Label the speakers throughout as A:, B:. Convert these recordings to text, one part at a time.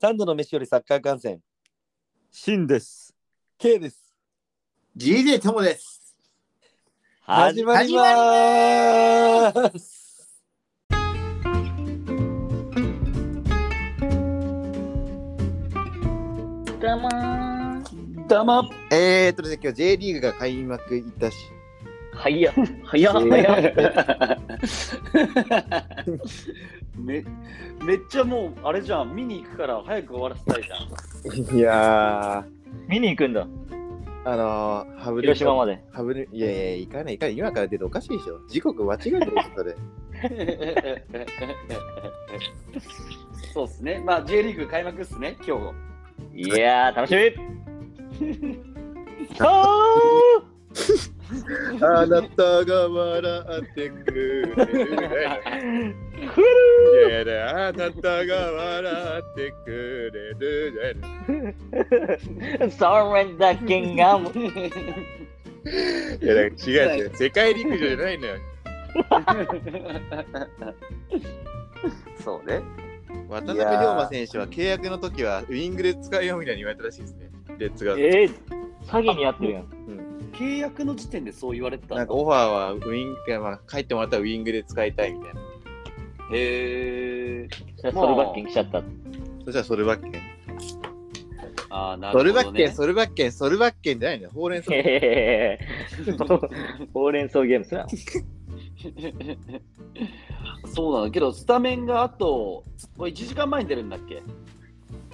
A: 三度の飯よりサッカー観戦
B: シンです。
A: K です。
C: GJ ともです。
A: 始まりまーす。
D: どうもー
B: どうも。
C: えー、っとですね、今日 J リーグが開幕いたし、
D: 早っ早っ早っ
B: めめっちゃもうあれじゃん見に行くから早く終わらせたいじゃん。
C: いや
E: 見に行くんだ、
C: ー、あのー、ハブ
E: 広島まで。
C: ハブリいやいや、行かない、行かない、今から出ておかしいでしょ。時刻間違えてるでしょ、それ。
B: そうですね。まあ J リーグ開幕っすね今日。
E: いやー、楽 しみ
C: あなたが笑ってくれる。いやあなたが笑ってくれる。
E: それだけがもう
C: いや、違う違う、世界陸上じゃないのよ。
B: そうね。
C: 渡辺龍馬選手は契約の時はウィングで使うよみたいに言われたらしいですね。レッツが。
E: えー、詐欺にあってるやん。
B: 契約の時点でそう言われてた
C: なん
B: ん
C: か
B: だ。
C: オファーはウィング、まあ、帰ってもらったらウィングで使いたいみたいな。
B: へえ。
E: じゃあ、ソルバッキン来ちゃった。
C: そしたらソルバッケン。
B: ああなる
C: ソ
B: ほ
C: ル
B: ど、ね。
C: バッケン、ソルバッケン、ソルバッケンじゃないのよほうれん草。
E: へーほうれん草ゲームすな。
B: そうなのけどスタメンがあとこれ1時間前に出るんだっけ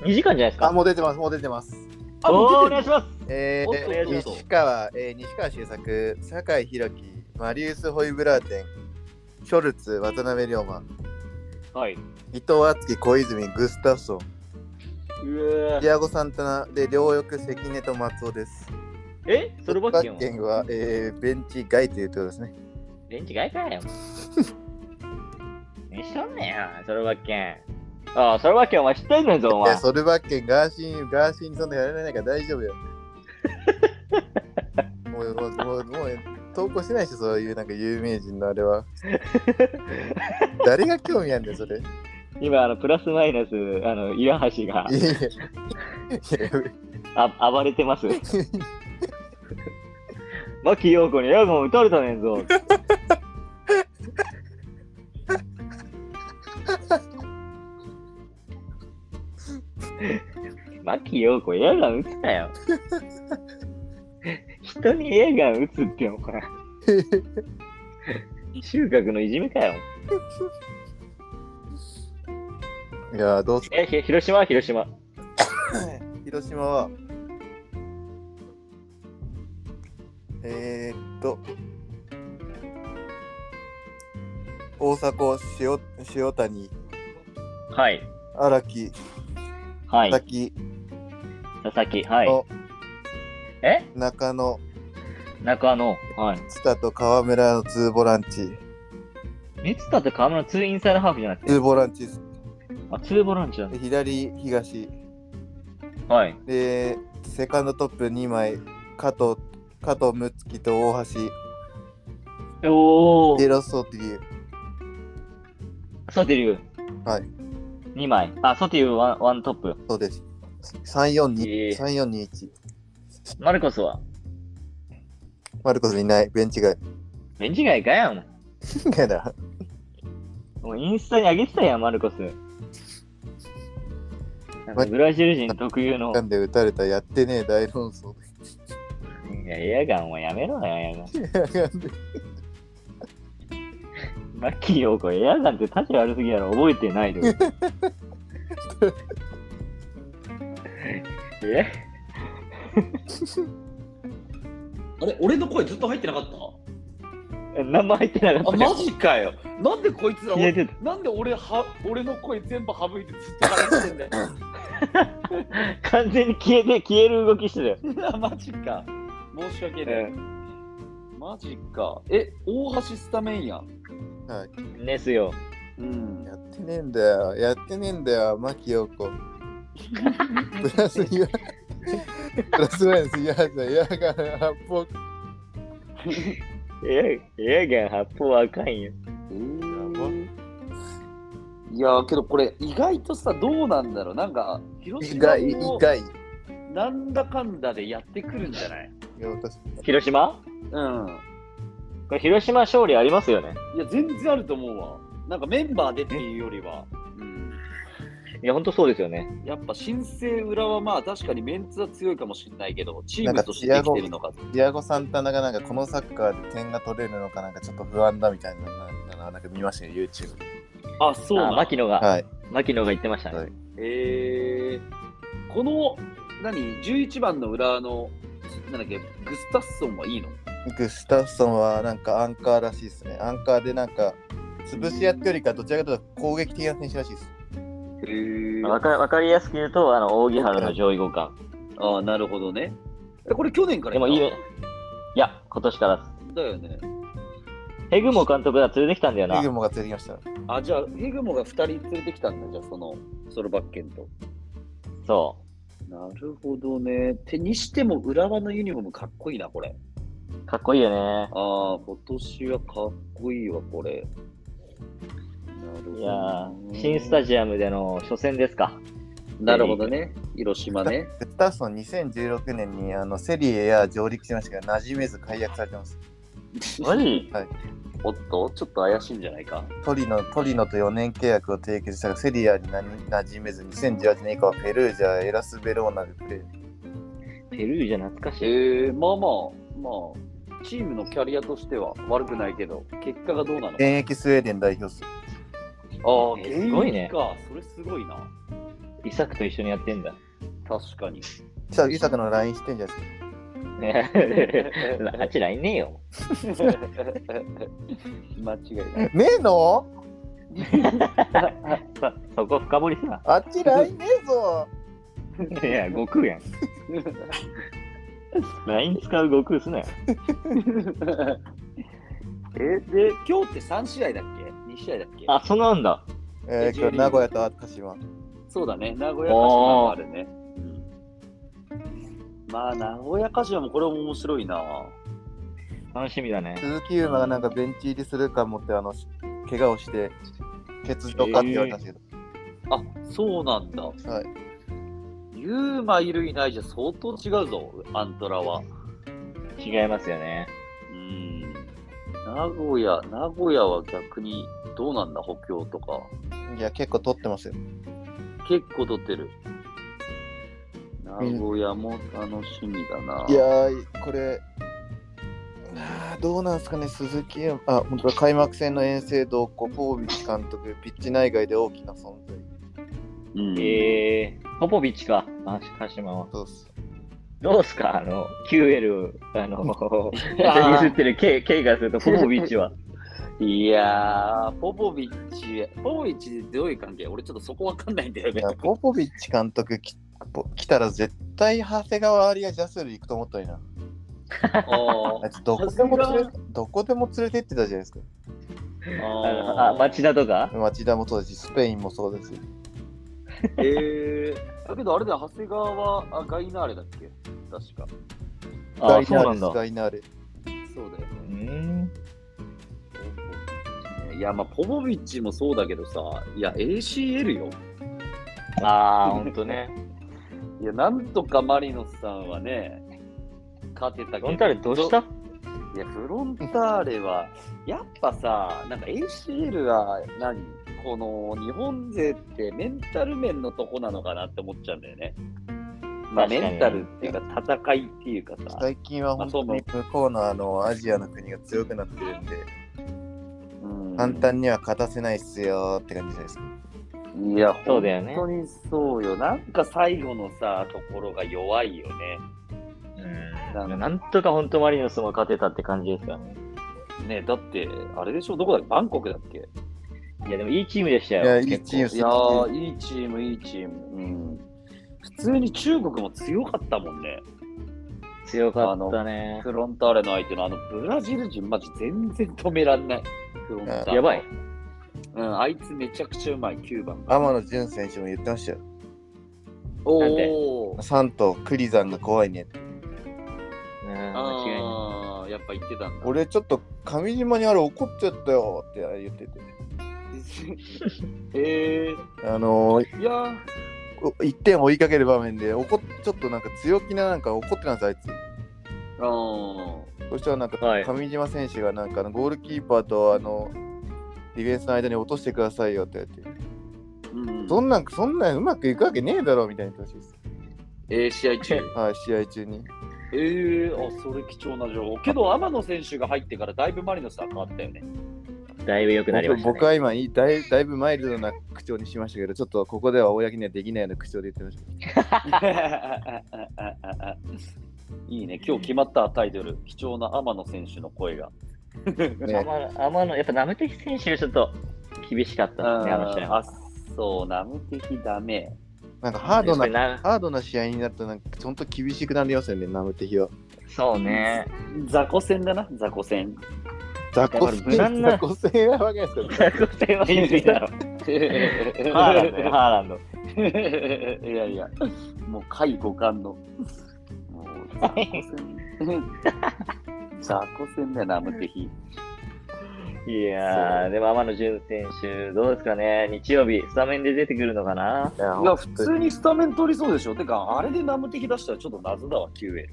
E: 2時間じゃないです
C: あ、
E: か。
C: もう出てます、もう出てます。
B: あ
E: お
B: も
E: ー
B: う
E: お
B: 出て
E: 願い
B: る
E: します。
C: え
B: おっと
C: ー、
B: おっと
C: 西川、えー、西川修作、酒井宏樹、マリウス・ホイブラーテン、ショルツ、渡辺龍馬、
E: はい。
C: 伊藤敦樹、小泉、グスタフソン、
E: うわ
C: ディアゴ・サンタナで、両翼、関根と松尾です。
E: えソルバッ
C: ソ
E: キンは
C: ルバッケンは、えー、ベンチ外というところですね。
E: 電池外かよ。何しとんねんよ、ソルバッキン。ああ、ソルバッキンお前知ってんねんぞ、
C: い
E: お前
C: や、。ソルバッケン、ガーシーン、ガーシーンにそんなやられないから大丈 夫よ。もう、もう、もう、もう、投稿してないでしょ、そういうなんか有名人のあれ は。誰が興味あるんだよ、それ。い
E: 今、あの、プラスマイナス、あの、岩橋が
C: やいや。い
E: あ暴れてます。牧陽子にヤゴン撃たれたねんぞ。牧陽子、ヤガン撃つなよ。人にヤガン撃つってお前。収穫のいじめかよ。
C: やいや、どうす
E: え、ひ広島は広島。
C: 広島は。えー、っと。大迫、塩塩谷、
E: はい。
C: 荒木、
E: はい。
C: 佐木、
E: 佐々木。はい
C: お。
E: え
C: 中野、
E: 中野。はい。
C: 津田と川村の2ボランチ。
E: 三つ田と河村2インサイドハーフじゃなくて、
C: 2ボランチです。
E: あ、2ボランチなんだ
C: で左、東。
E: はい。
C: で、セカンドトップ2枚。加藤、加藤睦月と大
E: お
C: 橋。で、ロストっていう。
E: ソティリュウ。
C: はい。
E: 2枚。あ、ソティリュウワンワントップ。
C: そうです。342、
E: ええ
C: 3421。
E: マルコスは
C: マルコスいない。ベンチ外。
E: ベンチ外かやん。
C: いやだ。
E: もうインスタに上げてたやん、マルコス。なんかブラジル人特有の
C: な。んで打たれたやってねえ大論争。
E: いや、エアガンはやめろよ、エアガン。マッキー陽子、エアガンって立ち悪すぎやろ、覚えてないで。え
B: あれ俺の声ずっと入ってなかった
E: 何も入ってなかった
B: あ
E: から。
B: マジかよなんでこいつら
E: 消えてた
B: なんで俺は俺の声全部省いてずっと話してんだよ
E: 完全に消えて、消える動きしてたよ。
B: あマジか申し訳ない、マジかえ大橋スタメンやん
E: ですよ。
B: うん
C: やってねえんだよ。やってねえんだよ、牧陽子。プラス岩。プラスマイナス岩橋さん、岩が八方
E: エアエアガン発砲はあかんよ。
B: えーいやーけどこれ意外とさどうなんだろうなんか広
A: 意
B: 島
A: 外、意
B: も
A: 外。
B: なんだかんだでやってくるんじゃない
F: いや、確かに。
E: 広島
B: うん
E: これ広島勝利ありますよね。
B: いや全然あると思うわなんかメンバーでっていうよりは、うん、
E: いや、ほんとそうですよね。
B: やっぱ新生浦和はまあ確かにメンツは強いかもしれないけどチー
C: なん
B: ム
C: か
B: としてできてるのか
C: ディアゴ・サンタナがなんかこのサッカーで点が取れるのかなんかちょっと不安だみたいなのをなんか見ましたよ、YouTube。
B: あそう
E: あ、
B: なん
E: 牧野が、
C: はい。
E: 牧野が言ってました
C: は
E: ね
C: い。
B: えー、この何11番の浦和のなんだっけグスタッソンはいいの
C: グスタフソンはなんかアンカーらしいですね。アンカーでなんか潰し合ってよりかどちらかというと攻撃的な選手らしいです。
B: へえ
E: わかわかりやすく言うと、あの、扇原の上位互換。
B: ああなるほどねえこれ去年から
E: でもいい
B: た
E: ね。いや、今年からです。
B: だよね
E: ヘグモ監督が連れてきたんだよな
C: イグ。モが連れてきました。
B: あじゃあヘグモが2人連れてきたんだじゃあそのソルバッケンと
E: そ
B: なるほどねてにしても浦和のユニフォームかっこいいなこれ
E: う。かっこいいよね。
B: ああ、今年はかっこいいわ、これ。なるほど
E: いやー、新スタジアムでの初戦ですか。
B: なるほどね。広島ね。
C: グスタフソン2016年にあのセリエや上陸しましたけど、馴染めず解約されてます。
E: マジ
B: おっと、ちょっと怪しいんじゃないか。
C: トリノトリノと4年契約を締結したが、セリエ A に馴染めず、2018年以降はペルージャ、エラス・ベローナでプレー。
E: ペルージャ懐かしい。
B: ええー、まあまあ、まあ、チームのキャリアとしては悪くないけど、結果がどうなの
C: 現役スウェーデン代表です。
B: ああ、
E: えーすごいね
B: 現役か。それすごいな。
E: イサクと一緒にやっ てんだ。
B: 確かに。
C: さイサクの LINE してんじゃないですか。
E: ねあっちらいねえよ。
B: 間違いない。
C: ねえの
E: そそこ深掘りすな。
C: あっち LINE ねえ ぞ
E: いや、 悟空やん。LINE 使う悟空すなよ。
B: え、で、今日って3試合だっけ ?2 試合だっけ
E: あ、そうなんだ。
C: えー、今日名古屋と鹿島。
B: そうだね、名古屋鹿島もあるね。うんまあ、名古屋鹿島もこれも面白いな。
E: 楽しみだね。
C: 鈴木優馬がなんかベンチ入りするかもって、あの、怪我をして、欠場かって言われたんですけど、
B: あそうなんだ。
C: はい。
B: ユーマいるいないじゃ相当違うぞ、アントラは。
E: 違いますよね。
B: うん。名古屋、名古屋は逆にどうなんだ、補強とか。
C: いや、結構取ってますよ。
B: 結構取ってる。名古屋も楽しみだな。
C: いやー、これ、あーどうなんですかね、鈴木優馬、あ、本当だ開幕戦の遠征同行、ポービッチ監督、ピッチ内外で大きな存在。
B: うん、
E: えー、ポポビッチか。あ、鹿島は。
C: そうっす。
E: どうすかあの、QL、あ の、
B: あー
E: ミスってる K, K がすると、ポポビッチは。
B: いやー、ポポビッチ、ポポビッチどういう関係俺ちょっとそこわかんないんだよ
C: い
B: ね
C: や。、 ポポビッチ監督きぽ来たら絶対長谷川有也ジャスル行くと思ったのにな。
B: あ
C: あいつどこでも連れどこでも連れてってたじゃないですか。
B: ー
E: あのあ、町田とか
C: 町田もそうですし、スペインもそうですし。
B: えー、だけどあれだよ、長谷川はあガイナーレだっけ確か。
C: ガ
E: あ、そう
C: イナーレ
E: なん
C: で
E: だ
C: す、。ガイナーレ。
B: そうだよ
E: う
B: ね。
E: ーん。
B: いや、まあ、ポポビッチもそうだけどさ、いや、ACL よ。
E: あー、ほんとね。
B: いや、なんとかマリノスさんはね、勝てたけど。
E: ロンターレどうした
B: いや、フロンターレは、やっぱさ、なんか ACL は何、この日本勢ってメンタル面のとこなのかなって思っちゃうんだよね。まあ、
E: 確かに
B: メンタルっていうか、戦いっていうかさ、
C: 最近は本当に向こうのあのアジアの国が強くなってるんで、
B: うん
C: 簡単には勝たせないっすよーって感じじゃないですか。
B: いや、
E: そうだよね
B: 本当にそうよ。なんか最後のさ、ところが弱いよね。
E: うんなんとか本当マリノスも勝てたって感じですからね。
B: ねだって、あれでしょ、どこだっけバンコクだっけ
E: いや、でもいいチームでした
C: いや、
E: よ。
C: いいチームっ
B: い
C: す
B: や
C: よ。
B: ー、いいチーム、いいチーム。うん。普通に中国も強かったもんね。
E: 強かったね。
B: フロンターレの相手のあのブラジル人、マジ全然止めらんない。フロンターレ。
E: やばい。。
B: うん、あいつめちゃくちゃうまい、9番が。
C: 天野純選手も言ってましたよ。
E: なんで
B: おー。
C: サンとクリザンが怖いねって。
E: うん間違いない。
B: あーやっっぱ言ってたんだ。
C: 俺ちょっと上島にあれ怒っちゃったよって言ってて、
B: え
C: あのー
B: ー、いやー、
C: 1点追いかける場面で怒っちょっとなんか強気ななんか怒ってたんですあい
B: あー
C: つそしたらなんか
D: はい
C: 上島選手がなんかあのゴールキーパーとあのディフェンスの間に落としてくださいよって言って
B: うん、
C: そんなんそんなんうまくいくわけねえだろみたいに言ってほしいです
B: えー、試合中。
C: はい試合中に
B: えー、あ、それ貴重な情報。けど、天野選手が入ってからだいぶマリノスは変わったよね。
D: だいぶ良くなりま
C: 僕
D: した、ね。
C: 僕は今いいだいだいぶマイルドな口調にしましたけどちょっとここでは公にはできないような口調で言ってました
B: いいね、今日決まったタイトル、貴重な天野選手の声が。
C: ね
D: 天野天野、やっぱナムテヒ選手がちょっと厳しかったですね、あの試合
B: あ
D: は。
B: そう、ナム的ダメ。
C: なんかハードな
D: やっぱ
C: ハードな試合になるとなんかちょっと厳しくなりますよね、ナムテヒは。
D: りなそう ね。
B: 雑魚戦だな、雑魚戦。
C: 雑魚
D: 無難な
C: 戦、雑魚戦はわけですけど、ね、
D: 逆転はいいだろ。
E: ハーランドよ、ハーラン ド。
B: いやいや、もう下位互換の。もう雑魚戦。雑魚戦だよ、ナムテヒ。
D: いやー、でも天野潤選手、どうですかね、日曜日、スタメンで出てくるのかない
C: や
B: いや、普通にスタメン取りそうでしょ。てか、あれでナムテヒ出したらちょっと謎だわ、QL。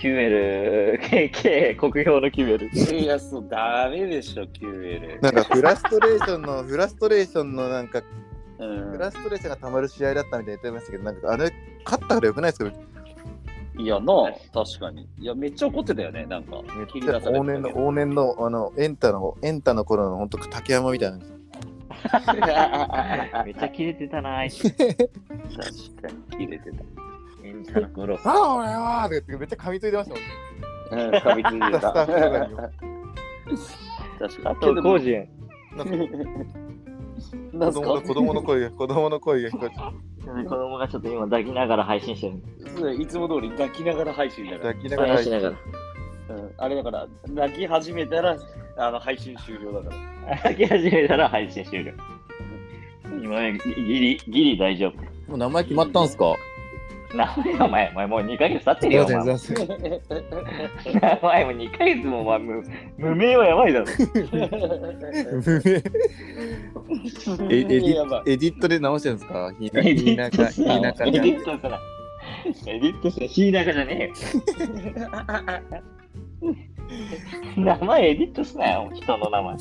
D: キュエル、KK、国評のキュエル。
B: いや、そう、ダメでしょ、QL。
C: なんかフラストレーションの、フラストレーションのなんか、
B: うん
C: フラストレーションがたまる試合だったみたいに言ってましたけど、なんかあれ、勝ったからよくないですか
B: いやな、確かに。いや、めっちゃ怒ってたよね、なんか。切り出されてたけど
C: 往年 の、往年の、あの、エンタの、エンタの頃の、本当竹山みたいな。
D: めっちゃ切れてたな、あいつ。
B: 確かに、切れて
D: エンタの頃。
C: ああ、俺はーってめっちゃ噛みついてましたもんね。
B: た。うん、噛みついて
C: スタッフとか
B: た。
C: にも。
B: 確か
D: あ
B: に。
D: と、コージェン。
B: な
C: 子
B: んす
C: 供の
B: か
C: 子供の声が、子供の声が聞こえて、
E: 子供がちょっと今抱きながら配信してる。
B: いつも通り抱きながら配信だから。
C: 抱きながら入って、
B: うん、あれだから、泣き始めたら、あの、配信終了 だから。
E: 抱き始めたら配信終了。今ね、ギリ、ギリ大丈夫。
G: もう名前決まったんすか
E: 名前お前、お前もう2ヶ月経ってるよ、お前。
G: すいません
E: 名前も2ヶ月もお前無、無名はやばいだろ。
G: エエディ
B: やばい
G: エディットで直してるんですかひな
E: エデ
G: ひ
E: ィ
G: な
E: ッ
G: か
E: トす
G: ひ
E: な。
G: なかち
E: エデ
G: ゃん
E: ィットすな。エディットすな。ヒーナカじゃねえよ。名前エディットすなよ、人の名前。
C: い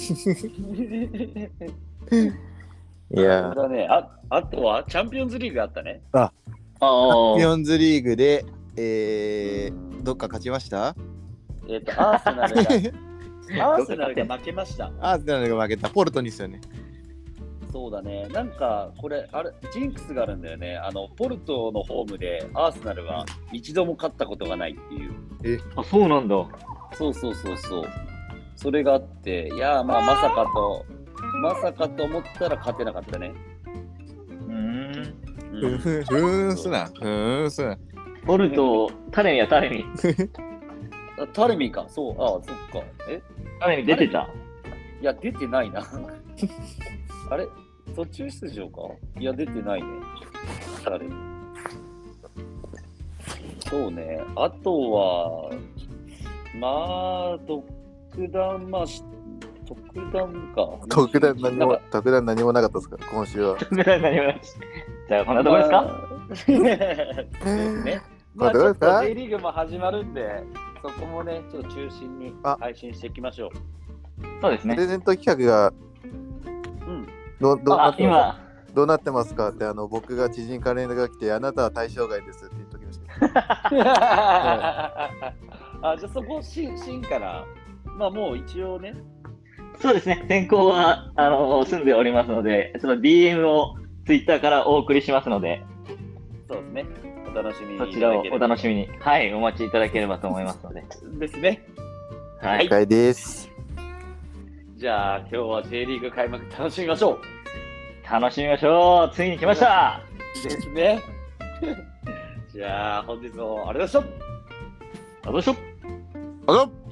C: やー
B: だね、ああとは、チャンピオンズリーグあったね。
G: チャンピ
D: あ
G: オンズリーグで、えー、どっか勝ちました
B: えっ、と、アーセナルが、アーセナルが負けました。
G: アーセナルが負けたポルトにですよね。
B: そうだね、なんかこれ、あれ、ジンクスがあるんだよね、あのポルトのホームでアーセナルは一度も勝ったことがないっていう、
E: あ、そうなんだ。
B: そうそうそうそう、それがあって、いやー、まあ、まさかと、まさかと思ったら勝てなかったね。
E: うん。
B: う
G: ふふ
B: ん、
G: ふーんすな。ふーんすな。
E: ボルト、タレミはタレミ。
B: あタレミか、そう、ああ、そっか。え
E: タレミ出てた。
B: いや、出てないな。あれ途中出場かいや、出てないね。タレミ。そうね。あとは、まあ、特段、まあ、し特段か。
C: 特段何
B: なん
C: も
B: か、
C: 特段何もなかったですから、今週は。
E: ぐらいになります。じゃあ、こんなとこです か
B: まあそうですね。ま
C: まあ
B: あ、ち
C: どう
B: ょ
C: で
B: っ
C: すか
B: と J リーグも始まるんで、そこもね、ちょっと中心に
C: あ
B: 配信していきましょう。
E: そうです
C: プ
E: ね。
C: レゼント企画が
B: うん。
C: どどうな
E: あ
C: っ、てます
E: 今、
C: どうなってますかってあの僕が知人から連絡が来てあなたは対象外ですって言っときました。
B: あじゃあそこしんからまあもう一応ね
E: そうですね。先行は、あの、住んでおりますので、その DM を Twitter からお送りしますので、
B: そうですねお楽しみに
E: そちらをお楽
B: し
E: しみに、はい、お待ちいただければと思いますので。
B: みですね
E: は
B: はい
C: 了。解です。
B: じゃあ今日は J リーグ開幕楽しみましょ
E: 楽しみましょう。ついに来ました。
B: うですね じゃあ本日もありがとうございました
E: どうしよう。
G: あら